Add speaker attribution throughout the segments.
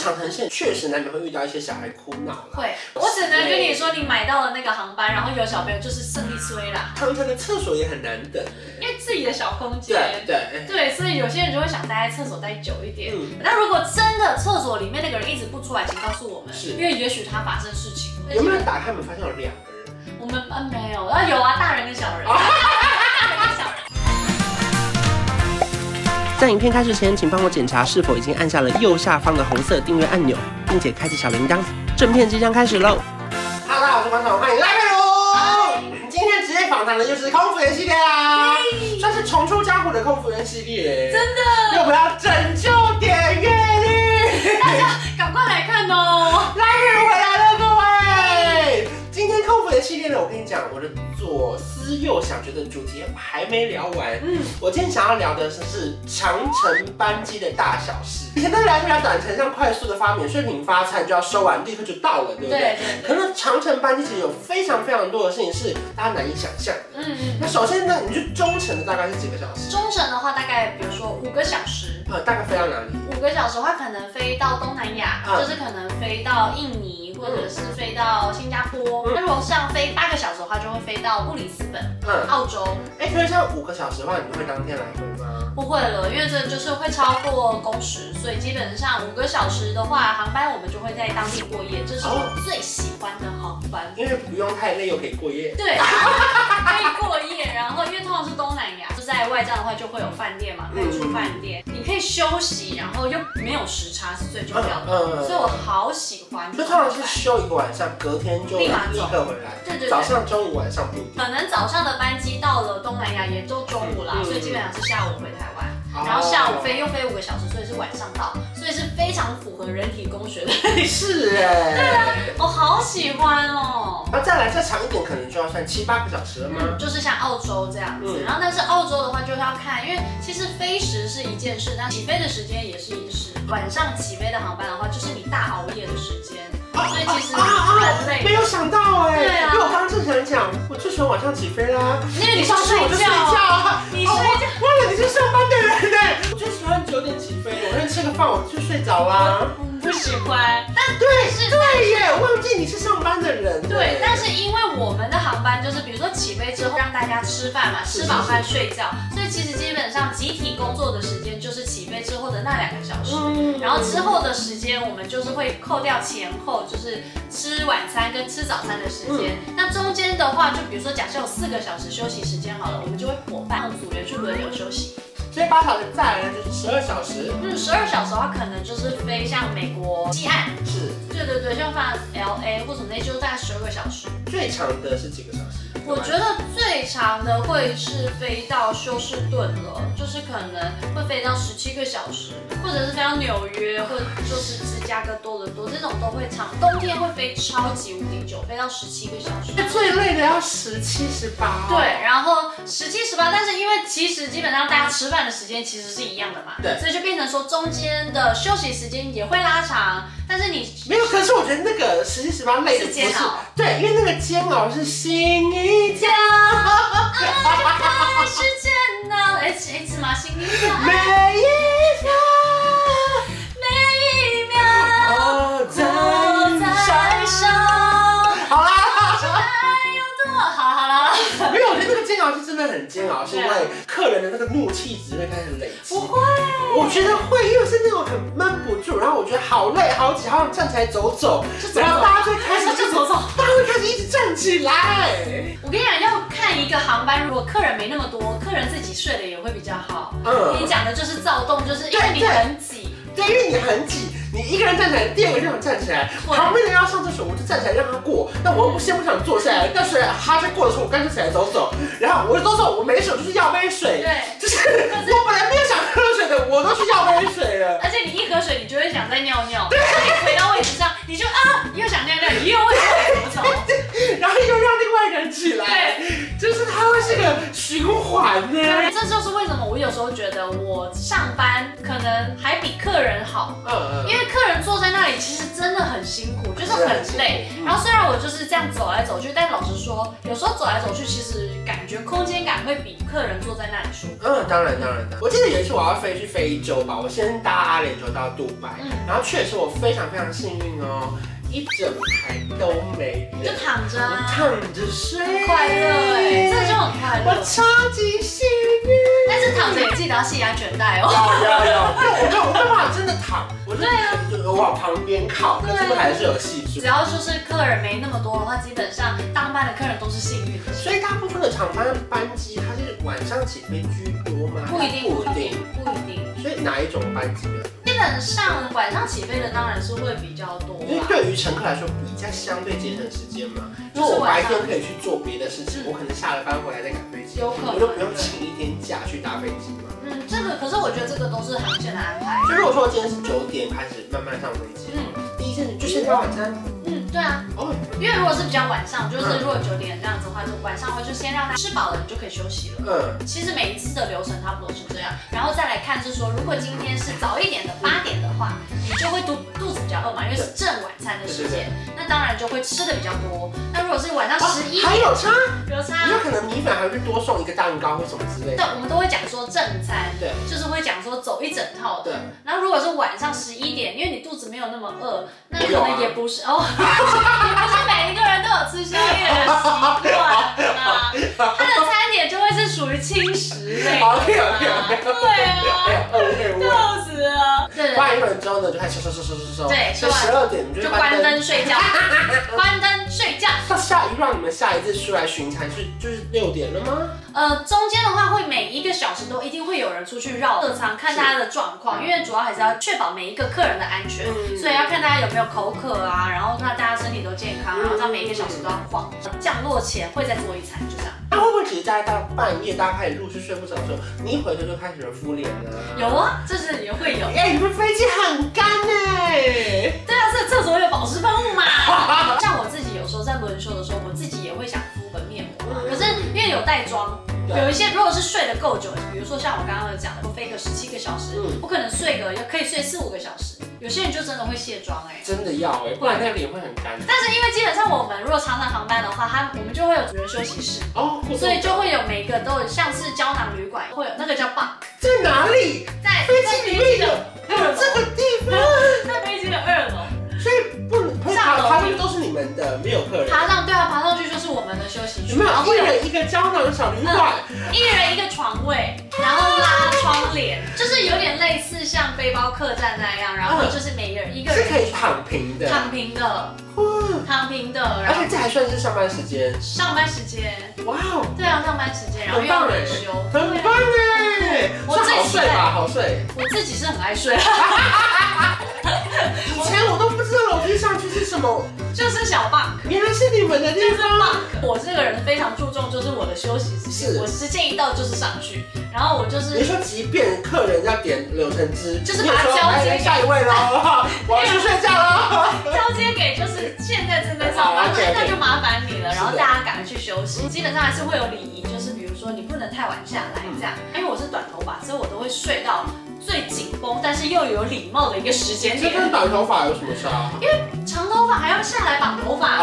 Speaker 1: 长城线确实难免会遇到一些小孩哭闹啦，
Speaker 2: 会，我只能跟你说，你买到了那个航班，然后有小朋友就是胜利催啦，
Speaker 1: 他们那个厕所也很难等欸。
Speaker 2: 因为自己的小空
Speaker 1: 对
Speaker 2: 间。
Speaker 1: 对，
Speaker 2: 对，所以有些人就会想待在厕所待久一点。
Speaker 1: 嗯，
Speaker 2: 那如果真的厕所里面那个人一直不出来，请告诉我们，
Speaker 1: 是
Speaker 2: 因为也许他发生事情了。
Speaker 1: 有没有打开门发现有两个人？
Speaker 2: 我们班没有，啊有啊，大人跟小人，
Speaker 1: 啊
Speaker 2: 大人跟小人。
Speaker 1: 在影片开始前，请帮我检查是否已经按下了右下方的红色订阅按钮，并且开启小铃铛。正片即将开始喽！Hello，大家好，我是观众，欢迎来到
Speaker 2: 嗨
Speaker 1: 今天职业访谈的就是空服员系列啦，算是重出江湖的空服员系列，真的，我们要拯救点阅率。
Speaker 2: 大家赶快来看哦！
Speaker 1: 来日回来了，各位！今天空服的系列呢，我跟你讲，我的左思右想，觉得主题还没聊完。
Speaker 2: 嗯，
Speaker 1: 我今天想要聊的是是长城班机的大小事。以前都聊不了短程上快速的发免税品发餐，就要收完立刻就到了，对不
Speaker 2: 对
Speaker 1: 对？
Speaker 2: 对
Speaker 1: 可
Speaker 2: 对，
Speaker 1: 是长城班机其实有非常非常多的事情是大家难以想象的。
Speaker 2: 嗯嗯。
Speaker 1: 那首先呢，你去中程的大概是几个小时？
Speaker 2: 中程的话，大概比如说五个小时，
Speaker 1: 呃，大概飞到哪里？
Speaker 2: 五个小时的话，可能飞到东南亚，
Speaker 1: 嗯
Speaker 2: 就是可能飞到印尼，或者是飞到新加坡。那如果像飞八个小时的话，就会飞到布里斯本，
Speaker 1: 嗯，
Speaker 2: 澳洲。
Speaker 1: 哎，可是像五个小时的话，你会当天来回吗？
Speaker 2: 不会了，因为这就是会超过工时，所以基本上五个小时的话，航班我们就会在当地过夜，这是我最喜欢的航班。
Speaker 1: 因为不用太累又可以过夜。
Speaker 2: 对， 可以过夜，然后因为通常是东南亚，就在外站的话就会有饭店嘛，可以住饭店，
Speaker 1: 嗯
Speaker 2: 你可以休息，然后又没有时差是最重要的，
Speaker 1: 嗯
Speaker 2: 所以我好喜欢这
Speaker 1: 就
Speaker 2: 种
Speaker 1: 通
Speaker 2: 航班。
Speaker 1: 常是休一个晚上，隔天就
Speaker 2: 立马走
Speaker 1: 刻回来。
Speaker 2: 对对
Speaker 1: 早
Speaker 2: 对。
Speaker 1: 上、中午、晚上不一定。
Speaker 2: 可能早上的班机到了东南亚也都中午啦，
Speaker 1: 嗯
Speaker 2: 所以基本上是下午回台湾，然后下午
Speaker 1: 哦
Speaker 2: 飞又飞五个小时，所以是晚上到，所以是非常符合人体工学的。
Speaker 1: 哦是哎。对啊。
Speaker 2: 我好喜欢哦。
Speaker 1: 那再来再长一点，可能就要算七八个小时了吗？
Speaker 2: 就是像澳洲这样子，
Speaker 1: 嗯
Speaker 2: 然后但是澳洲的话就是要看，因为其实飞时是一件事，但起飞的时间也是一事。晚上起飞的航班的话，就是你大熬夜的时间，所以其实很累，
Speaker 1: 没有想到哎，
Speaker 2: 对啊
Speaker 1: 因为我刚刚正想讲，我最喜欢晚上起飞啦。
Speaker 2: 因为你
Speaker 1: 上
Speaker 2: 上
Speaker 1: 次
Speaker 2: 睡
Speaker 1: 我就睡
Speaker 2: 觉
Speaker 1: 觉
Speaker 2: 啊，
Speaker 1: 啊，
Speaker 2: 你睡觉。
Speaker 1: 哦忘了你是上班的人呢。我最喜欢九点起飞，我先吃个饭我就睡着啦。
Speaker 2: 嗯不喜欢，但
Speaker 1: 对
Speaker 2: 是
Speaker 1: 对耶，忘记你是上班的人。
Speaker 2: 对，但是因为我们的航班就是，比如说起飞之后让大家吃饭嘛，
Speaker 1: 是
Speaker 2: 吃饱饭睡觉，所以其实基本上集体工作的时间就是起飞之后的那两个小时。
Speaker 1: 嗯
Speaker 2: 然后之后的时间，我们就是会扣掉前后，就是吃晚餐跟吃早餐的时间。
Speaker 1: 嗯
Speaker 2: 那中间的话，就比如说假设有四个小时休息时间好了，我们就会伙伴组员去轮流休息。
Speaker 1: 所以八小时再来呢就是十二小时。
Speaker 2: 嗯，十二小时的话，可能就是飞像美国西岸，
Speaker 1: 是
Speaker 2: 对对对，像放 L A 或者那就大概十二个小时。
Speaker 1: 最长的是几个小时？
Speaker 2: 我觉得最长的会是飞到休斯顿了，就是可能会飞到十七个小时，或者是飞到纽约，或者就是芝加哥、多伦多这种都会长。冬天会飞超级无敌久，飞到十七个小时。
Speaker 1: 最累的要十七、十八。
Speaker 2: 对，，然后十七、十八，但是因为其实基本上大家吃饭的时间其实是一样的嘛，
Speaker 1: 对
Speaker 2: 所以就变成说中间的休息时间也会拉长，但 是你
Speaker 1: 没有。可是我觉得那个十七、十八累的
Speaker 2: 是煎
Speaker 1: 不是
Speaker 2: 熬，
Speaker 1: 对，因为那个煎熬是心一 跳，
Speaker 2: 啊爱时间呢？哎，哎，芝麻心里想，
Speaker 1: 每一秒
Speaker 2: 每一秒。
Speaker 1: 都在
Speaker 2: 我在
Speaker 1: 闪。
Speaker 2: 烧，
Speaker 1: 好啦，
Speaker 2: 爱有多好？好了，
Speaker 1: 没有，我觉得那个煎熬是真的很煎熬，是因
Speaker 2: 对
Speaker 1: 为客人的那个怒气值会开始累积
Speaker 2: 不。会，
Speaker 1: 我觉得会，因为是那种很闷不住，然后我觉得好累，好挤，好想站起来走走，
Speaker 2: 就走
Speaker 1: 然后
Speaker 2: 走，
Speaker 1: 大家就会开始
Speaker 2: 就走走。
Speaker 1: 大家会开始一直站起来。
Speaker 2: 我跟你讲，要看一个航班，如果客人没那么多，客人自己睡的也会比较好。你
Speaker 1: 嗯，
Speaker 2: 讲的就是躁动，就是因为你
Speaker 1: 对对
Speaker 2: 很挤，
Speaker 1: 对，因为你很挤，你一个人站起来，第二个就想站起来，
Speaker 2: 对
Speaker 1: 旁边的人要上厕所，我就站起来让他过。那我又不先不想坐下来，但是他在过的时候，我干脆起来走走。然后我就走走，我没水，我就是要杯水。
Speaker 2: 对。
Speaker 1: 就是我本来没有想喝水的，我都去要杯水了。
Speaker 2: 而且你一喝水，你就会想再尿尿，所以你回到位置上，你就啊又想尿尿，你又会想怎么走？
Speaker 1: 然后又让另外一个人起来，
Speaker 2: 对，
Speaker 1: 就是它会是个循环呢。
Speaker 2: 这就是为什么我有时候觉得我上班可能还比客人好，
Speaker 1: 嗯嗯
Speaker 2: 因为客人坐在那里，其实真的的很辛苦，就是很累。
Speaker 1: 嗯
Speaker 2: 然后虽然我就是这样走来走去，但老实说，有时候走来走去，其实感觉空间感会比客人坐在那里舒服。
Speaker 1: 嗯，当然当然当然。我记得有一次我要飞去非洲吧，我先搭阿联酋到杜拜，
Speaker 2: 嗯
Speaker 1: 然后确实我非常非常幸运哦，一整排都没
Speaker 2: 就
Speaker 1: 人，
Speaker 2: 躺着
Speaker 1: 我
Speaker 2: 啊，
Speaker 1: 躺着睡，
Speaker 2: 快乐哎，这就很快
Speaker 1: 我
Speaker 2: 乐。
Speaker 1: 超级幸运。
Speaker 2: 但是躺着也记得要系安全带
Speaker 1: 有有有，因为
Speaker 2: 哦。
Speaker 1: 我没有，我没有办法真的躺，我就是就是往旁边靠，可是还是有细数
Speaker 2: 只。要就是客人没那么多的话，基本上当班的客人都是幸运的。
Speaker 1: 所以大部分的航班班机，它是晚上起飞居多吗？
Speaker 2: 不一定，
Speaker 1: 不一定。，
Speaker 2: 不一定。
Speaker 1: 所以哪一种班机呢？
Speaker 2: 基本上晚上起飞的当然是会比较多啊
Speaker 1: 因为嗯
Speaker 2: 啦。
Speaker 1: 对于乘客来说，比较相对节省时间嘛。因
Speaker 2: 就
Speaker 1: 为
Speaker 2: 是
Speaker 1: 我
Speaker 2: 晚
Speaker 1: 白
Speaker 2: 上
Speaker 1: 天可以去做别的事情，我可能下了班回来再赶飞机，
Speaker 2: 嗯有可能
Speaker 1: 我就不用请一天假去搭飞机嘛。
Speaker 2: 嗯，这个可是我觉得这个都是航线的安排。
Speaker 1: 所以如果说今天是九点开始慢慢上飞机，
Speaker 2: 哎嗯
Speaker 1: 第一件事就先吃晚餐。
Speaker 2: 嗯，对啊，
Speaker 1: 哦，
Speaker 2: 因为如果是比较晚上，就是如果九点这样子的话，就晚上的话就先让他吃饱了，你就可以休息了。
Speaker 1: 嗯，
Speaker 2: 其实每一次的流程差不多是这样，然后再来看是说，如果今天是早一点的八点的话，你就会肚肚子比较饿嘛，因为是正晚餐的时间，那当然就会吃的比较多。那如果是晚上十一啊
Speaker 1: 啊还有差。
Speaker 2: 有
Speaker 1: 你就
Speaker 2: 差，
Speaker 1: 可能米粉还会多送一个蛋糕或什么之类的。
Speaker 2: 但我们都会讲说正餐，
Speaker 1: 对
Speaker 2: 就是会讲说走一整套的。
Speaker 1: 对，
Speaker 2: 然后如果是晚上十一点，因为你肚子没有那么饿，那可
Speaker 1: 我有啊
Speaker 2: 能也不是、哦， 也不是每一个人都有吃宵夜的习惯啊。他的餐点就会是属于轻食 类的啊，
Speaker 1: OK OK OK，
Speaker 2: 对啊，
Speaker 1: 哎，OK 我。
Speaker 2: 笑死了。对
Speaker 1: 关一会儿之后呢，就开始收收收收收收，
Speaker 2: 对
Speaker 1: 就十二点你
Speaker 2: 就
Speaker 1: 就
Speaker 2: 关。灯睡觉，关灯睡觉。
Speaker 1: 到下一让你们下一次出来巡餐是就是六点了吗？
Speaker 2: 呃，中间的话会每一个小时都一定会有人出去绕客舱，看大家的状况，因为主要还是要确保每一个客人的安全，
Speaker 1: 嗯
Speaker 2: 所以要看大家有没有口渴啊，然后让大家身体都健康，然后他每一个小时都要晃。降落前会再做一餐，就这样。
Speaker 1: 那会不会其实大家到半夜，大家开始陆续睡不着的时候，你一回头就开始有人敷脸呢？
Speaker 2: 有。啊，这是也会有。
Speaker 1: 哎，你们飞机很干哎。
Speaker 2: 对啊，这厕所有保湿喷雾 嘛。像我自己有时候在轮休的时候，我自己也会想敷个面膜嘛。可是因为有带妆，
Speaker 1: 对
Speaker 2: 有一些如果是睡得够久，比如说像我刚刚有讲的，我飞个十七个小时
Speaker 1: 嗯，
Speaker 2: 我可能睡个可以睡四五个小时。有些人就真的会卸妆哎、
Speaker 1: 真的要哎，不然那个脸会很干。
Speaker 2: 但是因为基本上我们如果常常航班的话，它我们就会有主人休息室，
Speaker 1: 哦，
Speaker 2: 所以就会有每个都有像是胶囊旅馆会有那个叫 bunk，
Speaker 1: 在哪里？
Speaker 2: 在
Speaker 1: 飞机里面有
Speaker 2: 在
Speaker 1: 有
Speaker 2: 飞机
Speaker 1: 这
Speaker 2: 的
Speaker 1: 个地方。
Speaker 2: 二楼，在飞机的二楼。
Speaker 1: 所以不能爬
Speaker 2: 上楼
Speaker 1: 爬上去都是你们的，没有客人。
Speaker 2: 爬上对啊，爬上去就是我们的休息
Speaker 1: 你
Speaker 2: 区，
Speaker 1: 们
Speaker 2: 然后
Speaker 1: 一
Speaker 2: 会有
Speaker 1: 人一个胶囊小旅馆，
Speaker 2: 一人一个床位，然后拉窗帘，就是有点类似像背包客栈那样，然后就是每人一个
Speaker 1: 是
Speaker 2: 人
Speaker 1: 可以躺平的。
Speaker 2: 躺平的，
Speaker 1: 哇！
Speaker 2: 躺平的，
Speaker 1: 而
Speaker 2: 然后
Speaker 1: 且这还算是上班时间，
Speaker 2: 上班时间，
Speaker 1: 哇哦，
Speaker 2: 对啊，上班时间，然后
Speaker 1: 很
Speaker 2: 又
Speaker 1: 棒
Speaker 2: 要
Speaker 1: 哎
Speaker 2: 轮休，，
Speaker 1: 很
Speaker 2: 对啊
Speaker 1: 棒哎，
Speaker 2: 我
Speaker 1: 算
Speaker 2: 最
Speaker 1: 好
Speaker 2: 喜
Speaker 1: 睡吧，好睡。
Speaker 2: 我自己是很爱睡，
Speaker 1: 以前我都不知道楼梯上去是什么，
Speaker 2: 就是小 bug。
Speaker 1: 原来是你们的地
Speaker 2: 就是
Speaker 1: 方。
Speaker 2: bug，我这个人非常注重就是我的休息时
Speaker 1: 是
Speaker 2: 间，我时间一到就是上去，然后我就
Speaker 1: 你
Speaker 2: 是
Speaker 1: 说，即便客人要点柳橙汁，
Speaker 2: 就是
Speaker 1: 你也
Speaker 2: 把它
Speaker 1: 说
Speaker 2: 交接
Speaker 1: 哎下一位喽， 我要去睡觉喽。
Speaker 2: 交接给就是现在正在上班
Speaker 1: 哦
Speaker 2: 的，
Speaker 1: ，OK，OK
Speaker 2: 那就麻烦你了，
Speaker 1: 是的
Speaker 2: 然后大家赶快去休息。基本上还是会有礼仪，就是比如说你不能太晚下来这样，
Speaker 1: 嗯
Speaker 2: 因为我是短头发，所以我都会睡到最紧绷，但是又有礼貌的一个时间
Speaker 1: 这跟
Speaker 2: 点。
Speaker 1: 短头发有什么差？
Speaker 2: 长头发还要下来绑头发，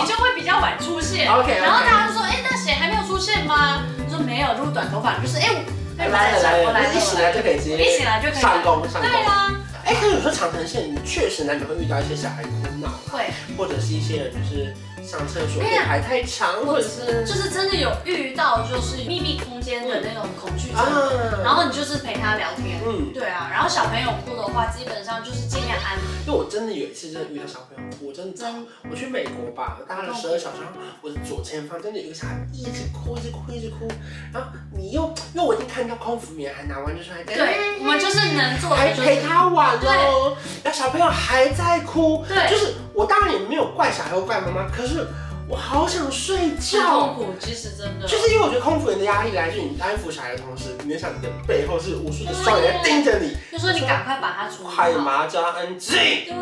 Speaker 2: 你就会比较晚出现。
Speaker 1: 哦 OK，OK
Speaker 2: 然后大家就说，哎，那谁还没有出现吗？我说没有，如果短头发就是哎，我哎我
Speaker 1: 来了来
Speaker 2: 来
Speaker 1: 了，
Speaker 2: 我来了，
Speaker 1: 一醒来就可以直接
Speaker 2: 一醒来就可以了
Speaker 1: 上工上工
Speaker 2: 对。啊，
Speaker 1: 哎、可是有时候长城线确实难免会遇到一些小孩哭闹啦，
Speaker 2: 会。
Speaker 1: 或者是一些人就是上厕所
Speaker 2: 啊
Speaker 1: 被排太长，或者是
Speaker 2: 就是真的有遇到就是秘密空间的那种恐惧症，
Speaker 1: 啊
Speaker 2: 然后你就是陪他聊天。
Speaker 1: 嗯，
Speaker 2: 对啊，然后小朋友哭的话，基本上就是尽量安抚。
Speaker 1: 因为我真的有一次真的遇到小朋友哭，我真的
Speaker 2: 真
Speaker 1: 我去美国吧，我搭了十二小时，然后我的左前方真的有一个小孩一直哭，一直哭，一直哭，然后你又因为我已经看到空服员还拿完就是还在
Speaker 2: 对，我们就是能做
Speaker 1: 还
Speaker 2: 的就
Speaker 1: 哎陪
Speaker 2: 是。
Speaker 1: 他玩哦，然后小朋友还在哭，
Speaker 2: 对
Speaker 1: 就是我当然也没有怪小孩或怪妈妈，可是我好想睡
Speaker 2: 是痛
Speaker 1: 觉。
Speaker 2: 苦，其实真的
Speaker 1: 就是因为我觉得空服员的压力来自于你安抚小孩的同时，你也想你的背后是无数的双
Speaker 2: 嗯
Speaker 1: 眼在盯着你，
Speaker 2: 就说你赶快把它处
Speaker 1: 海
Speaker 2: 理好。
Speaker 1: 麻加安
Speaker 2: 嗯
Speaker 1: 静。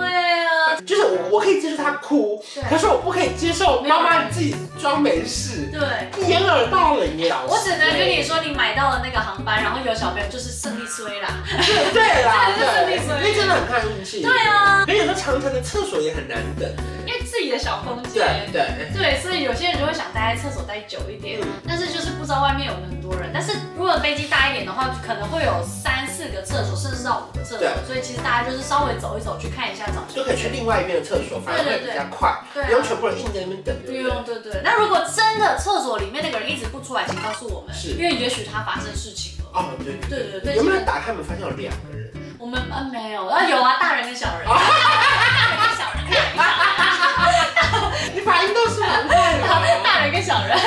Speaker 2: 对啊，
Speaker 1: 就是我我可以接受他哭，
Speaker 2: 对
Speaker 1: 可是我不可以接受妈妈自己装没事，
Speaker 2: 对。
Speaker 1: 掩耳盗铃耶。老师
Speaker 2: 我只能跟你说，你买到了那个航班，然后有小朋友就是胜利催啦。
Speaker 1: 对对啦，
Speaker 2: 真的是
Speaker 1: 对，
Speaker 2: 你
Speaker 1: 因为真的很看运气。
Speaker 2: 对啊，
Speaker 1: 可是有时候长城的厕所也很难等。
Speaker 2: 因为自己的小空
Speaker 1: 对
Speaker 2: 间。
Speaker 1: 对，
Speaker 2: 对，所以有些人就会想待在厕所待久一点
Speaker 1: 嗯，
Speaker 2: 但是就是不知道外面有没有很多人。但是如果飞机大一点的话，可能会有三四个厕所，甚至到五个厕所
Speaker 1: 对。啊
Speaker 2: 所以其实大家就是稍微走一走，去看一下长什
Speaker 1: 就
Speaker 2: 么。
Speaker 1: 可以去另外一边的厕所，反而会比较快，
Speaker 2: 对对对对啊
Speaker 1: 不用全部人硬在那边等。
Speaker 2: 不
Speaker 1: 对不对
Speaker 2: 用，对对。那如果真的厕所里面那个人一直不出来，请告诉我们，
Speaker 1: 是
Speaker 2: 因为也许他发生事情了。
Speaker 1: 哦，对
Speaker 2: 对对对，
Speaker 1: 有没有打开门发现有两个人？
Speaker 2: 我们班没有啊，有啊，大人跟小人，大人跟小人，
Speaker 1: 你反应都是蛮快的。
Speaker 2: 大人跟小人。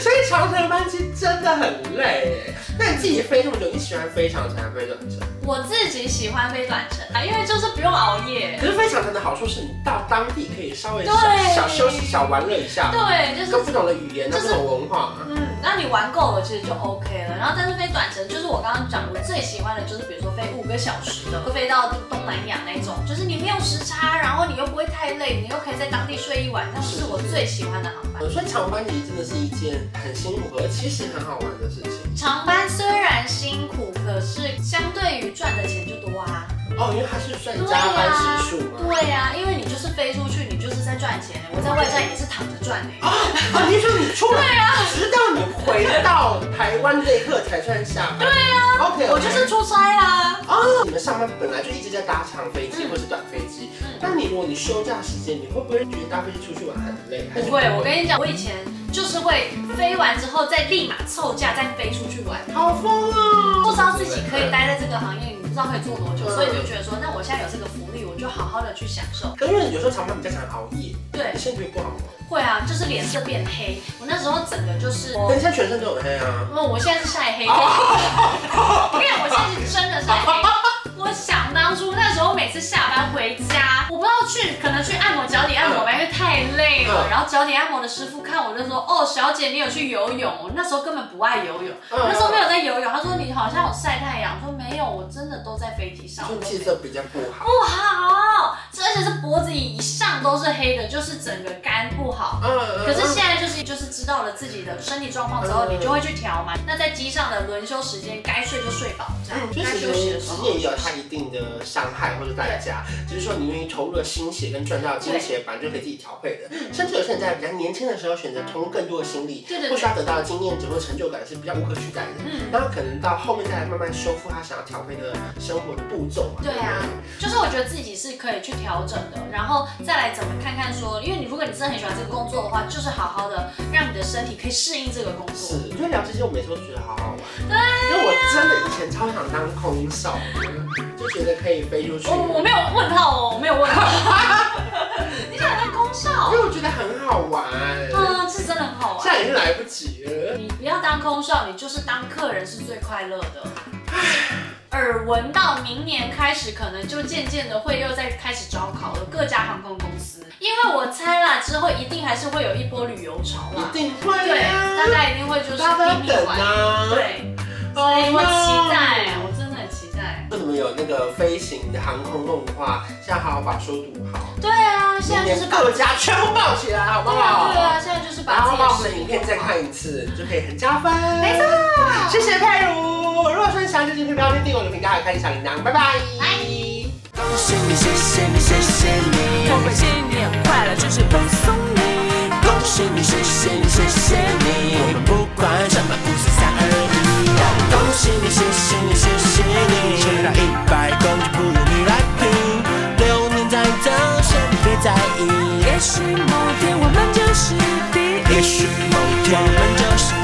Speaker 1: 所以长城班机真的很累耶。那你自己飞这么久，你喜欢飞长城还是飞短程？
Speaker 2: 我自己喜欢飞短程啊，因为就是不用熬夜。
Speaker 1: 可是飞长城的好处是你到当地可以稍微小
Speaker 2: 对
Speaker 1: 小休息、小玩乐一下，
Speaker 2: 对，就是
Speaker 1: 跟不同的语言、跟啊不同文化。
Speaker 2: 嗯，那你玩够了其实就 OK 了。然后但是飞短程，就是我刚刚讲，我最喜欢的就是比如说飞五个小时的，会飞到东南亚那种，就是你没有时差，然后你又不会太累，你又可以在当地睡一晚上，是我最喜欢的航班。
Speaker 1: 呃所以长班级真的是一件很辛苦，而其实很好玩的事情。
Speaker 2: 长班虽然辛苦，可是相对于赚的钱就多啊。
Speaker 1: 哦，因为它是算加班时数嘛。
Speaker 2: 对啊呀、因为你就是飞出去，你就是在赚钱。我在外站也是躺着赚的、
Speaker 1: 啊啊！你是说你出来，
Speaker 2: 啊
Speaker 1: 直到你回到台湾这一刻才算下班。对啊。OK，
Speaker 2: 我就是出差啦、啊。
Speaker 1: 哦，你们上班本来就一直在搭长飞机
Speaker 2: 嗯
Speaker 1: 或是短飞机
Speaker 2: 嗯，
Speaker 1: 那你如果你休假时间，你会不会觉得搭飞机出去玩很累？还是
Speaker 2: 不会，我跟你讲，我以前就是会飞完之后再立马凑假，再飞出去玩，
Speaker 1: 好疯哦！
Speaker 2: 不知道自己可以。待在这个行业，你不知道可以做多久，
Speaker 1: 嗯
Speaker 2: 所以就觉得说，那我现在有这个福利，我就好好的去享受。
Speaker 1: 可是因为有时候长班比较常熬夜，哎
Speaker 2: 对
Speaker 1: 你，现在觉得不好吗？
Speaker 2: 会啊，就是脸色变黑，我那时候整个 就是
Speaker 1: 可
Speaker 2: 我
Speaker 1: 你。现在全身都很黑啊。
Speaker 2: 那我现在是晒黑，我跟你讲，我现在是真的晒黑。我想当初那时候，每次下班回家，我不知道去可能去按摩脚底按摩吧，因为太累了。
Speaker 1: 嗯
Speaker 2: 然后脚底按摩的师傅看我就说：“哦，小姐，你有去游泳？”我那时候根本不爱游泳，
Speaker 1: 嗯
Speaker 2: 我那时候没有在游泳。他说：“你好像有晒太阳。”我说：“没有，我真的都在飞机上。”
Speaker 1: 就气色比较不好。
Speaker 2: 不好，这而且是脖子以上都是黑的，就是整个肝不好。
Speaker 1: 嗯嗯
Speaker 2: 可是现在就是就是知道了自己的身体状况之后，你就会去调嘛。那在机上的轮休时间，该睡就睡饱，这样
Speaker 1: 嗯就
Speaker 2: 该
Speaker 1: 是
Speaker 2: 休息的时候
Speaker 1: 职业也有它一定的伤害或者代价，只是说你愿意投入的心血跟赚到的金钱，本来就可以自己调配的。甚至有些人在比较年轻的时候选择投入更多的心力
Speaker 2: 对对，对
Speaker 1: 不需要得到的经验值或成就感是比较无可取代的。
Speaker 2: 嗯
Speaker 1: 然后可能到后面再来慢慢修复他想要调配的生活的步骤嘛。
Speaker 2: 对啊
Speaker 1: 不，
Speaker 2: 就是我觉得自己是可以去调整的，然后再来怎么看看说，因为你如果你真的很喜欢这个工作的话，就是好好的让你的身体可以适应这个工作。
Speaker 1: 是，因为聊这些，我每次都觉得好好玩。
Speaker 2: 啊
Speaker 1: 因为我真的以前超想当空少，嗯就觉得可以飞出去。
Speaker 2: 哦我我没有问号哦，我没有问号。 你想当空 少
Speaker 1: 因？为我觉得很好玩，
Speaker 2: 嗯，是真的很好玩
Speaker 1: 现。在已经来不及了。
Speaker 2: 你不要当空少，你就是当客人是最快乐的。耳闻到明年开始，可能就渐渐的会又在开始招考了，各家航空公司，因为我猜啦，之后一定还是会有一波旅游潮啦
Speaker 1: 一，定会
Speaker 2: 对，嗯大
Speaker 1: 啊，
Speaker 2: 家一定会就是
Speaker 1: 大家
Speaker 2: 拼
Speaker 1: 都
Speaker 2: 命
Speaker 1: 等
Speaker 2: 玩，
Speaker 1: 啊。
Speaker 2: 对，
Speaker 1: 哦
Speaker 2: 所以我期待，
Speaker 1: no
Speaker 2: 我真的很期待。
Speaker 1: 为什么有那个飞行的航空梦的话，现在好好把书读好，
Speaker 2: 对啊，现在就是把，
Speaker 1: 各家全部抱起来，好不
Speaker 2: 对啊
Speaker 1: 好？
Speaker 2: 对啊，现在就是
Speaker 1: 然
Speaker 2: 把
Speaker 1: 后把我
Speaker 2: 自
Speaker 1: 们
Speaker 2: 己
Speaker 1: 的
Speaker 2: 的
Speaker 1: 影片再看一次，就可以很加分。
Speaker 2: 没错，
Speaker 1: 谢谢佩如。如果说你喜欢这期片，不要忘记订阅我的频道，还有开启小铃铛，拜拜。
Speaker 2: 拜。
Speaker 3: 恭喜你，谢谢你，谢谢你，我们新年快乐，这是恭送你。恭喜你，谢谢你，谢谢你，我们不管什么五四三二一。恭喜你，谢谢你，谢谢你，吃到一百公斤不如你来拼。流年再走，先别在意。也许某天我们就是第一，也许某天我们就是